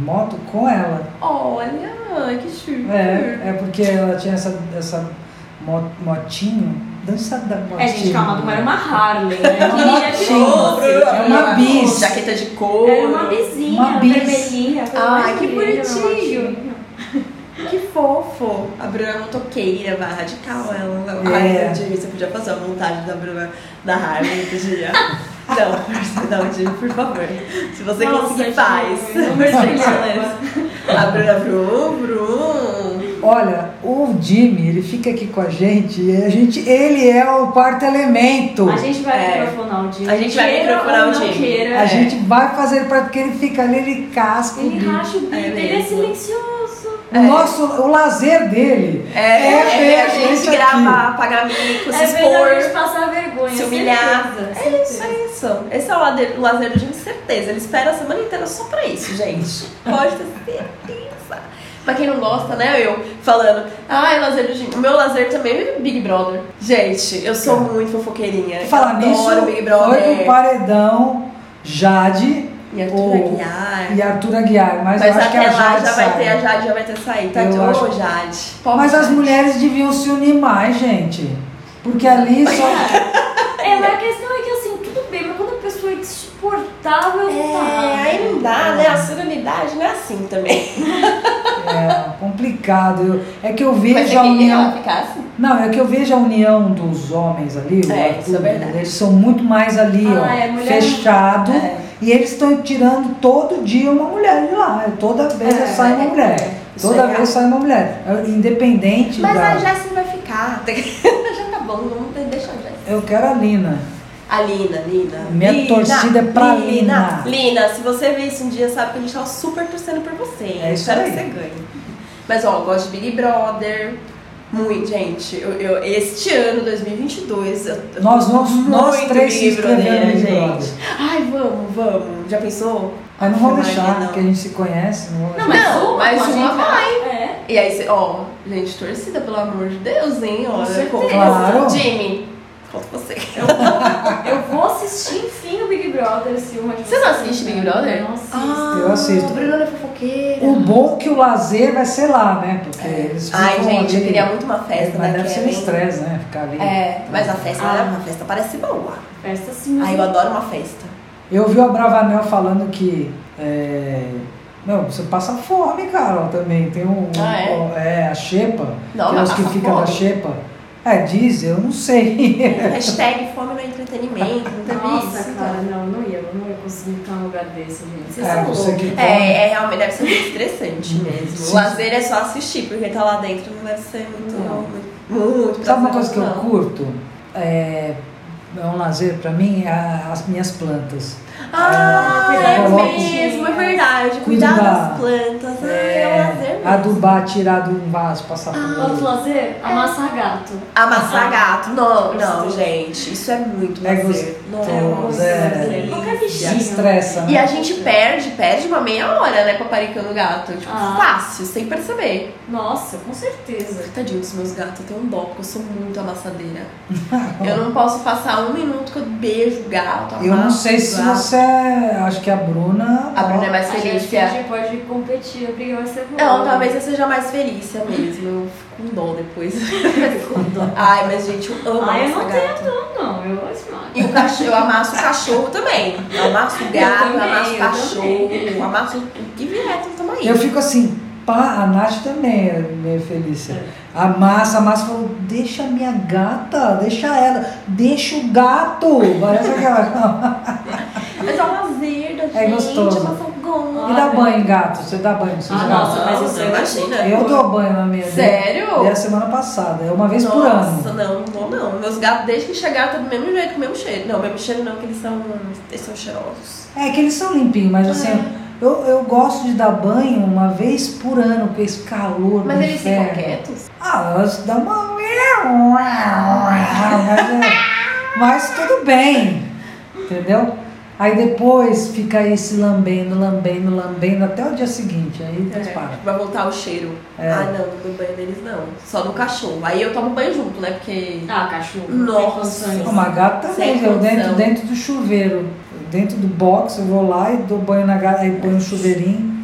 Speaker 1: moto com ela.
Speaker 3: Olha, que chique.
Speaker 1: É, é porque ela tinha essa, essa mo- motinho. Dança da motinha.
Speaker 4: É, gente, calma, não era uma Harley, né?
Speaker 1: Era uma
Speaker 4: Queria que
Speaker 1: motinha.
Speaker 4: fosse.
Speaker 1: É uma bis.
Speaker 3: Jaqueta de couro.
Speaker 4: Era uma bizinha,
Speaker 1: Uma bis.
Speaker 4: vermelhinha. com
Speaker 3: Ai,
Speaker 4: mais
Speaker 3: que
Speaker 4: brilho, uma
Speaker 3: bonitinho.
Speaker 4: motinha.
Speaker 3: Que fofo. A Bruna é motoqueira, vai radical ela.
Speaker 1: É.
Speaker 3: Ai, um dia você podia fazer a vontade da Bruna da Harley outro dia. Não, não, Jimmy, por favor. Se você
Speaker 4: Nossa,
Speaker 3: conseguir,
Speaker 4: gente,
Speaker 3: faz.
Speaker 4: não
Speaker 3: Por
Speaker 4: me
Speaker 3: gentileza. A Bruna, Brum, Brum.
Speaker 1: Olha, o Jimmy, ele fica aqui com a gente, e a gente ele é o quarto elemento.
Speaker 4: A gente vai
Speaker 3: É.
Speaker 4: microfonar o Jimmy.
Speaker 3: A gente vai
Speaker 4: Queira
Speaker 3: microfonar
Speaker 4: ou
Speaker 3: o
Speaker 4: não
Speaker 3: Jimmy.
Speaker 4: queira,
Speaker 1: A
Speaker 4: é.
Speaker 1: gente vai fazer para porque ele fica ali, ele casca o
Speaker 4: Ele
Speaker 1: bico.
Speaker 4: racha o bico,
Speaker 3: É
Speaker 4: ele é
Speaker 3: mesmo.
Speaker 4: silencioso.
Speaker 1: O nosso, o lazer dele
Speaker 3: É, é,
Speaker 1: ver
Speaker 3: a gente
Speaker 1: aqui.
Speaker 3: gravar, pagar mico, se
Speaker 4: é verdade, a gente
Speaker 3: expor.
Speaker 4: passar vergonha.
Speaker 3: se humilhar.
Speaker 4: certeza,
Speaker 3: É isso,
Speaker 4: certeza.
Speaker 3: é isso. Esse é o lazer, o lazer do Jimmy, certeza. Ele espera a semana inteira só pra isso, gente. Pode ter certeza. Pra quem não gosta, né, eu falando, ah, o lazer do Jimmy. O meu lazer também é Big Brother. Gente, eu sou muito fofoqueirinha. É, Eu
Speaker 1: É. Falar
Speaker 3: adoro
Speaker 1: nisso,
Speaker 3: Big
Speaker 1: foi
Speaker 3: Brother.
Speaker 1: no paredão Jade
Speaker 3: E é a
Speaker 1: o-
Speaker 3: Aguiar.
Speaker 1: Oh. e Arthur Aguiar, mas,
Speaker 3: Mas
Speaker 1: eu acho que é
Speaker 3: até
Speaker 1: a
Speaker 3: lá
Speaker 1: Jade
Speaker 3: já vai
Speaker 1: sai.
Speaker 3: ter, a Jade já vai ter saído. Tá
Speaker 1: Eu
Speaker 3: de
Speaker 1: acho-
Speaker 3: ô, Jade. Pobre
Speaker 1: Mas as
Speaker 3: Jade.
Speaker 1: mulheres deviam se unir mais, gente. Porque ali só
Speaker 4: É, mas a questão é que assim, tudo bem, mas quando a pessoa é tá insuportável, não
Speaker 3: É,
Speaker 4: dá.
Speaker 3: aí não dá, né? A serenidade não é assim também.
Speaker 1: é complicado. Eu- é que eu
Speaker 3: Mas
Speaker 1: vejo
Speaker 3: é
Speaker 1: a
Speaker 3: que
Speaker 1: união.
Speaker 3: ela ficasse.
Speaker 1: Não, é que eu vejo a união dos homens ali, o
Speaker 3: É, isso é verdade.
Speaker 1: eles são muito mais ali,
Speaker 4: Ah,
Speaker 1: ó,
Speaker 4: é, mulher-
Speaker 1: fechado,
Speaker 3: É.
Speaker 1: e eles estão tirando todo dia uma mulher de lá, toda vez
Speaker 3: É,
Speaker 1: sai uma
Speaker 3: é,
Speaker 1: mulher,
Speaker 3: é. Isso
Speaker 1: toda
Speaker 3: é
Speaker 1: vez sai uma mulher, É independente
Speaker 3: Mas
Speaker 1: da...
Speaker 3: a Jéssica vai ficar. Já tá bom, vamos de- deixar a Jéssica.
Speaker 1: Eu quero a Lina,
Speaker 3: A Lina, Lina.
Speaker 1: Minha
Speaker 3: Lina,
Speaker 1: torcida é pra Lina.
Speaker 3: Lina, se você ver isso um dia, sabe que a gente tava super torcendo por você. hein?
Speaker 1: É isso
Speaker 3: Espero
Speaker 1: aí.
Speaker 3: que você ganhe. Mas ó, eu gosto de Big Brother. Muito, gente. Eu, eu- este ano, 2022, eu, eu
Speaker 1: Nós vamos-
Speaker 3: muito
Speaker 1: nós três se
Speaker 3: Big Brother,
Speaker 1: inscrever no Big
Speaker 3: gente.
Speaker 1: Brother.
Speaker 3: Ai, vamos, vamos. Já pensou?
Speaker 1: mas não vou
Speaker 3: Não,
Speaker 1: deixar,
Speaker 3: não.
Speaker 1: porque a gente se conhece, não vou
Speaker 4: Não,
Speaker 1: deixar.
Speaker 4: mas
Speaker 3: Não,
Speaker 4: uma,
Speaker 3: mas
Speaker 4: com a
Speaker 3: uma
Speaker 4: gente,
Speaker 3: vai.
Speaker 4: É.
Speaker 3: E aí, cê- ó, gente, torcida, pelo amor de Deus, hein? Olha, é
Speaker 4: certeza.
Speaker 1: Claro.
Speaker 3: Jimmy, conta você.
Speaker 4: É, Eu vou assistir, enfim, o Big Brother, se uma de
Speaker 3: Você não assiste Big Brother? Ah.
Speaker 4: Eu não assisto.
Speaker 1: eu assisto.
Speaker 3: A Bruna é fofoqueira.
Speaker 1: O bom é que o lazer vai ser lá, né, porque eles
Speaker 3: É. Ai,
Speaker 1: ficam
Speaker 3: gente, eu
Speaker 1: ali-
Speaker 3: queria muito uma festa
Speaker 1: Mas
Speaker 3: da
Speaker 1: é deve ser um
Speaker 3: Kevin.
Speaker 1: estresse, né, ficar ali.
Speaker 3: É, mas a festa,
Speaker 4: Ah.
Speaker 3: uma festa parece boa.
Speaker 4: Festa assim, sim.
Speaker 3: Ai, eu adoro uma festa.
Speaker 1: Eu vi o Abravanel falando que. é, não, você passa fome, cara, ó, também. Tem um.
Speaker 3: Ah, é?
Speaker 1: um- é, a xepa.
Speaker 3: Não,
Speaker 1: que é
Speaker 3: mas
Speaker 1: os que
Speaker 3: passa
Speaker 1: fica
Speaker 3: fome?
Speaker 1: da xepa. É, diz, eu não sei.
Speaker 3: Hashtag fome no entretenimento, não teve
Speaker 4: Nossa,
Speaker 3: isso?
Speaker 4: cara, não, não ia, eu não ia conseguir ficar num lugar desse, gente. Vocês
Speaker 1: É,
Speaker 4: são
Speaker 1: você
Speaker 4: loucos.
Speaker 1: que come. Hum.
Speaker 3: É, é realmente deve ser muito estressante mesmo.
Speaker 1: Sim.
Speaker 3: O lazer é só assistir, porque tá lá dentro não deve ser muito.
Speaker 1: Não.
Speaker 3: Muito, muito
Speaker 1: Sabe uma coisa que eu
Speaker 3: não.
Speaker 1: curto? É, é um lazer pra mim, é a- as minhas plantas.
Speaker 3: Ah,
Speaker 4: Ah,
Speaker 3: é
Speaker 1: coloca-
Speaker 3: mesmo, é verdade. Cuidar
Speaker 1: Cuidar.
Speaker 3: das plantas. Ah, é um lazer mesmo. Ah,
Speaker 1: Adubar, tirar de um vaso, passar por
Speaker 3: Hum.
Speaker 4: Outro
Speaker 1: outro.
Speaker 3: É.
Speaker 4: lazer? Amassar gato.
Speaker 3: Amassar gato. Não, não,
Speaker 4: Gostoso.
Speaker 3: gente. Isso é muito
Speaker 1: É
Speaker 3: lazer.
Speaker 1: gostoso, é.
Speaker 3: delícia.
Speaker 4: Qualquer bichinho.
Speaker 1: Desestressa, né?
Speaker 3: E a gente perde, perde uma meia hora, né, paparicando o gato. Tipo,
Speaker 4: Ah.
Speaker 3: fácil, sem perceber.
Speaker 4: Nossa, com certeza.
Speaker 3: Tadinho dos meus gatos, eu tenho um dó, porque eu sou muito amassadeira. eu não posso passar um minuto que eu beijo o gato,
Speaker 1: Ah. Eu não
Speaker 3: amasso
Speaker 1: sei
Speaker 3: o
Speaker 1: se
Speaker 3: gato.
Speaker 1: você. tá Acho que a Bruna.
Speaker 3: A Bruna é mais
Speaker 4: A
Speaker 3: feliz
Speaker 4: gente,
Speaker 3: que
Speaker 4: a
Speaker 3: a...
Speaker 4: gente pode competir, a briga vai ser boa.
Speaker 3: Não, talvez eu seja mais feliz é mesmo. Eu fico com dó depois. Ai, mas gente, eu amo
Speaker 4: Ah, eu
Speaker 3: amassar
Speaker 4: não
Speaker 3: gato.
Speaker 4: tenho dó, não. Eu esmago.
Speaker 3: E o cachorro, eu amasso o cachorro também. Eu amasso o gato, eu
Speaker 4: também,
Speaker 3: amasso o
Speaker 4: eu
Speaker 3: cachorro,
Speaker 4: também.
Speaker 3: eu amasso o que vier, então tamo aí.
Speaker 1: Eu fico assim, pá, a Nath também, é minha Felícia. A massa, a massa falou, deixa a minha gata, deixa ela, deixa o gato. Parece aquela.
Speaker 3: Mas é um lazer da gente,
Speaker 1: É gostoso.
Speaker 3: é uma fogona.
Speaker 1: E dá banho em gato, você dá banho nos seus
Speaker 4: Ah,
Speaker 1: gatos?
Speaker 4: nossa, mas isso é
Speaker 3: imagina.
Speaker 1: Eu dou banho na minha.
Speaker 3: Sério?
Speaker 1: É a semana passada, é uma vez por
Speaker 3: Nossa,
Speaker 1: ano.
Speaker 3: não, não vou não. Meus gatos, desde que chegaram, estão do mesmo jeito, com o mesmo cheiro. Não, mesmo cheiro não, que eles são, eles são cheirosos.
Speaker 1: É que eles são limpinhos, mas assim, eu, eu gosto de dar banho uma vez por ano, com esse calor
Speaker 3: Mas
Speaker 1: do
Speaker 3: eles ficam
Speaker 1: inferno.
Speaker 3: quietos?
Speaker 1: Ah, elas dão uma. Mas, é- mas tudo bem, entendeu? Aí depois fica aí se lambendo, lambendo, lambendo até o dia seguinte. Aí
Speaker 3: É.
Speaker 1: eles param.
Speaker 3: Vai voltar o cheiro.
Speaker 1: É.
Speaker 3: Ah, não, não dou banho deles não. Só do cachorro. Aí eu tomo banho junto, né? Porque.
Speaker 4: Ah, cachorro.
Speaker 3: Nossa.
Speaker 4: tem condições.
Speaker 1: Tipo Uma gata também,
Speaker 3: Sem
Speaker 1: eu dentro,
Speaker 3: condição.
Speaker 1: dentro do chuveiro, dentro do box, eu vou lá e dou banho na gata, aí põe no chuveirinho.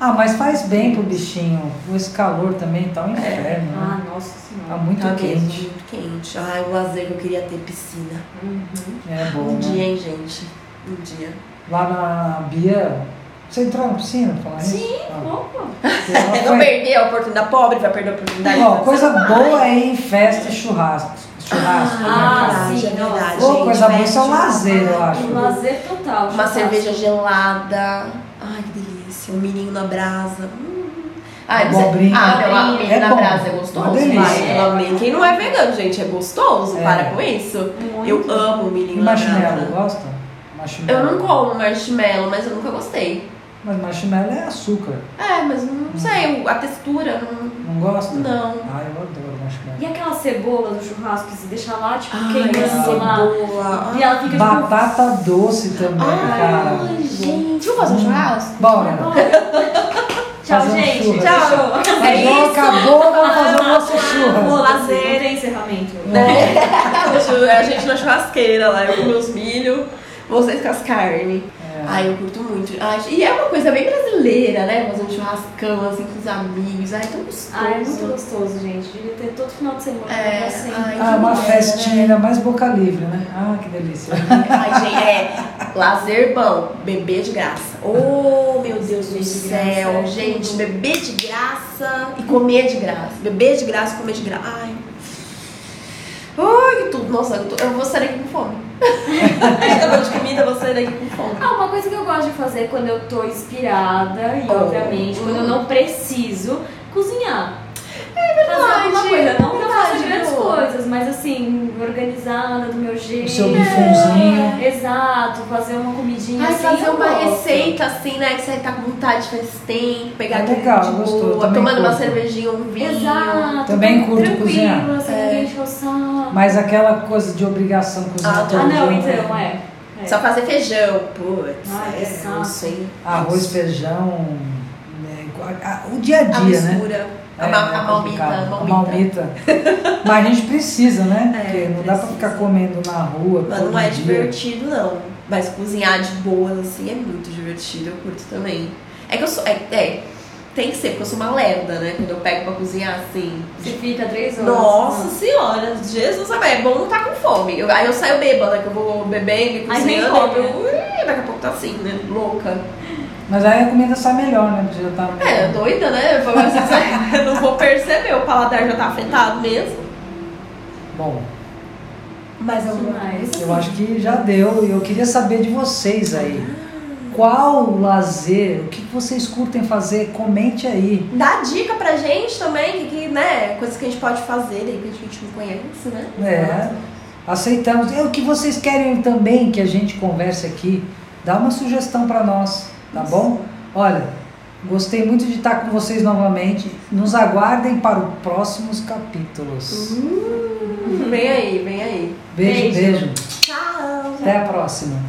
Speaker 1: Ah, mas faz bem pro bichinho. Esse calor também tá um inferno. né?
Speaker 4: Ah, nossa
Speaker 1: Tá
Speaker 4: senhora.
Speaker 1: muito
Speaker 3: É. tá mesmo,
Speaker 1: quente.
Speaker 3: muito quente. Ai, o lazer que eu queria ter piscina.
Speaker 4: Uhum.
Speaker 1: É bom.
Speaker 3: Um
Speaker 1: né?
Speaker 3: dia, hein, gente? Um dia.
Speaker 1: Lá na Bia. Você entrou na piscina pra falar isso? Ah, Sim,
Speaker 4: Opa.
Speaker 3: É, não perder a oportunidade, pobre vai perder a oportunidade.
Speaker 1: Ó, coisa boa é ir em festa e churrasco. Churrasco,
Speaker 4: Ah,
Speaker 1: né, cara?
Speaker 4: sim.
Speaker 3: é verdade.
Speaker 1: Ô,
Speaker 3: gente,
Speaker 1: coisa boa, isso é um
Speaker 3: festa,
Speaker 1: lazer, eu acho.
Speaker 4: Um lazer total.
Speaker 3: Uma
Speaker 4: churrasco.
Speaker 3: cerveja gelada. Ai, que delícia. Um menino na brasa. Hum. Ai, mas
Speaker 1: Abobrinha.
Speaker 3: É... Ah, meu, ah, menino
Speaker 1: É
Speaker 3: na
Speaker 1: bom.
Speaker 3: brasa é gostoso.
Speaker 1: Uma delícia.
Speaker 3: Vai, pelo amor de Deus. Quem não é vegano, gente, é gostoso.
Speaker 1: É.
Speaker 3: Para com isso.
Speaker 4: Muito.
Speaker 3: Eu amo menino na
Speaker 1: Marshmallow,
Speaker 3: brasa.
Speaker 1: gosta? Marshmallow.
Speaker 3: Eu não como marshmallow, mas eu nunca gostei.
Speaker 1: Mas marshmallow é açúcar.
Speaker 3: É, mas não sei, a textura não.
Speaker 1: Não gosta?
Speaker 3: Não.
Speaker 1: Ah, eu adoro marshmallow.
Speaker 4: E aquela cebola do churrasco que se deixa lá, tipo,
Speaker 3: Ai,
Speaker 4: queimando lá.
Speaker 3: Ah, cebola.
Speaker 4: E ela fica tipo,
Speaker 1: Batata doce também, cara.
Speaker 3: Ah, Ai, gente. Vamos fazer um churrasco?
Speaker 1: Bora.
Speaker 4: tipo. Tchau,
Speaker 1: Fazer um
Speaker 4: gente.
Speaker 1: churras.
Speaker 4: Tchau.
Speaker 1: A João acabou, vamos fazer o nosso
Speaker 4: Vou
Speaker 1: churras.
Speaker 4: lazer e encerramento.
Speaker 3: Né? a gente na churrasqueira lá, eu com meus milho, vocês com as carnes. É. Ai, eu curto muito. Ai, e é uma coisa bem brasileira, né? Fazer um churrascão assim com os amigos. Ai, tão gostoso.
Speaker 4: Ai, é muito gostoso, gente. Devia ter todo final de semana
Speaker 3: É,
Speaker 4: pra sempre.
Speaker 3: ai,
Speaker 1: Ah, uma
Speaker 3: que bom,
Speaker 1: festinha, mais boca livre, né? Ah, que delícia.
Speaker 3: Ai, gente, é lazer bom, bebê de graça. Oh, meu Deus do céu, gente, bebê de graça e comer de graça. Bebê de graça e comer de graça. Ai. Ai, que tudo. Nossa, eu, tô- eu vou sair daqui com fome. Ainda vou de comida, eu vou sair daqui com fome.
Speaker 4: Ah, uma coisa que eu gosto de fazer quando eu tô inspirada e,
Speaker 3: Oh.
Speaker 4: obviamente, quando eu não preciso, cozinhar. É
Speaker 3: verdade, é
Speaker 4: Fazer alguma coisa. Não que eu faça
Speaker 3: verdade,
Speaker 4: grandes
Speaker 3: Lu.
Speaker 4: coisas, mas assim, organizada, do meu jeito.
Speaker 1: O seu bifunzinho.
Speaker 4: Exato, fazer uma comidinha
Speaker 3: Ai,
Speaker 4: assim.
Speaker 3: fazer
Speaker 4: eu
Speaker 3: uma
Speaker 4: gosto.
Speaker 3: receita assim, né? Que você tá com vontade faz tempo, pegar
Speaker 1: É
Speaker 3: aquele
Speaker 1: legal,
Speaker 3: de
Speaker 1: gostoso,
Speaker 3: boa,
Speaker 1: também
Speaker 3: tomando uma
Speaker 1: curto.
Speaker 3: cervejinha, um vinho.
Speaker 4: Exato.
Speaker 1: Também curto
Speaker 4: tranquilo,
Speaker 1: cozinhar.
Speaker 4: Assim,
Speaker 3: É.
Speaker 4: ninguém enche o saco.
Speaker 1: Mas aquela coisa de obrigação cozinhar
Speaker 3: Ah,
Speaker 1: todo
Speaker 4: Ah, não,
Speaker 1: dia, né?
Speaker 4: então, é. É.
Speaker 3: Só fazer feijão, putz.
Speaker 4: Ai, que
Speaker 3: é, não
Speaker 4: saco.
Speaker 3: sei.
Speaker 1: Arroz, feijão, né? Ah, o dia a
Speaker 3: A
Speaker 1: dia, né?
Speaker 3: mistura, a, ma- a malmita,
Speaker 1: complicado.
Speaker 3: a
Speaker 1: A
Speaker 3: malmita.
Speaker 1: malmita. Mas a gente precisa, né?
Speaker 3: É,
Speaker 1: Porque não dá pra
Speaker 3: precisa.
Speaker 1: ficar comendo na rua.
Speaker 3: Mas
Speaker 1: todo
Speaker 3: não é
Speaker 1: dia.
Speaker 3: divertido, não. Mas cozinhar de boas, assim, é muito divertido. Eu curto também. É que eu sou. É, é, tem que ser, porque eu sou uma lerda, né? Quando eu pego pra cozinhar, assim.
Speaker 4: Você fica três horas.
Speaker 3: Nossa senhora, Jesus amado, é bom não tá com fome. Eu- aí eu saio bêbada, que eu vou bebendo e
Speaker 4: Aí nem
Speaker 3: cozinhando.
Speaker 4: come,
Speaker 3: eu- ui, daqui a pouco tá assim, né? Louca.
Speaker 1: Mas aí a comida sai melhor, né? Porque já tá.
Speaker 3: É, doida, né? Eu vou- Eu não vou perceber, o paladar já tá afetado mesmo.
Speaker 1: Bom,
Speaker 3: Mas
Speaker 4: Que mais?
Speaker 1: eu acho que já deu. E eu queria saber de vocês aí. Qual o lazer? O que que vocês curtem fazer? Comente aí.
Speaker 3: Dá dica pra gente também, que, que, né? Coisas que a gente pode fazer, de repente que a gente não conhece, né?
Speaker 1: É, aceitamos. É o que vocês querem também que a gente converse aqui. Dá uma sugestão para nós, tá bom? Olha, gostei muito de estar com vocês novamente. Nos aguardem para os próximos capítulos.
Speaker 3: Vem aí, vem aí.
Speaker 1: Beijo,
Speaker 4: Beijo.
Speaker 1: beijo.
Speaker 3: Tchau!
Speaker 1: Até a próxima.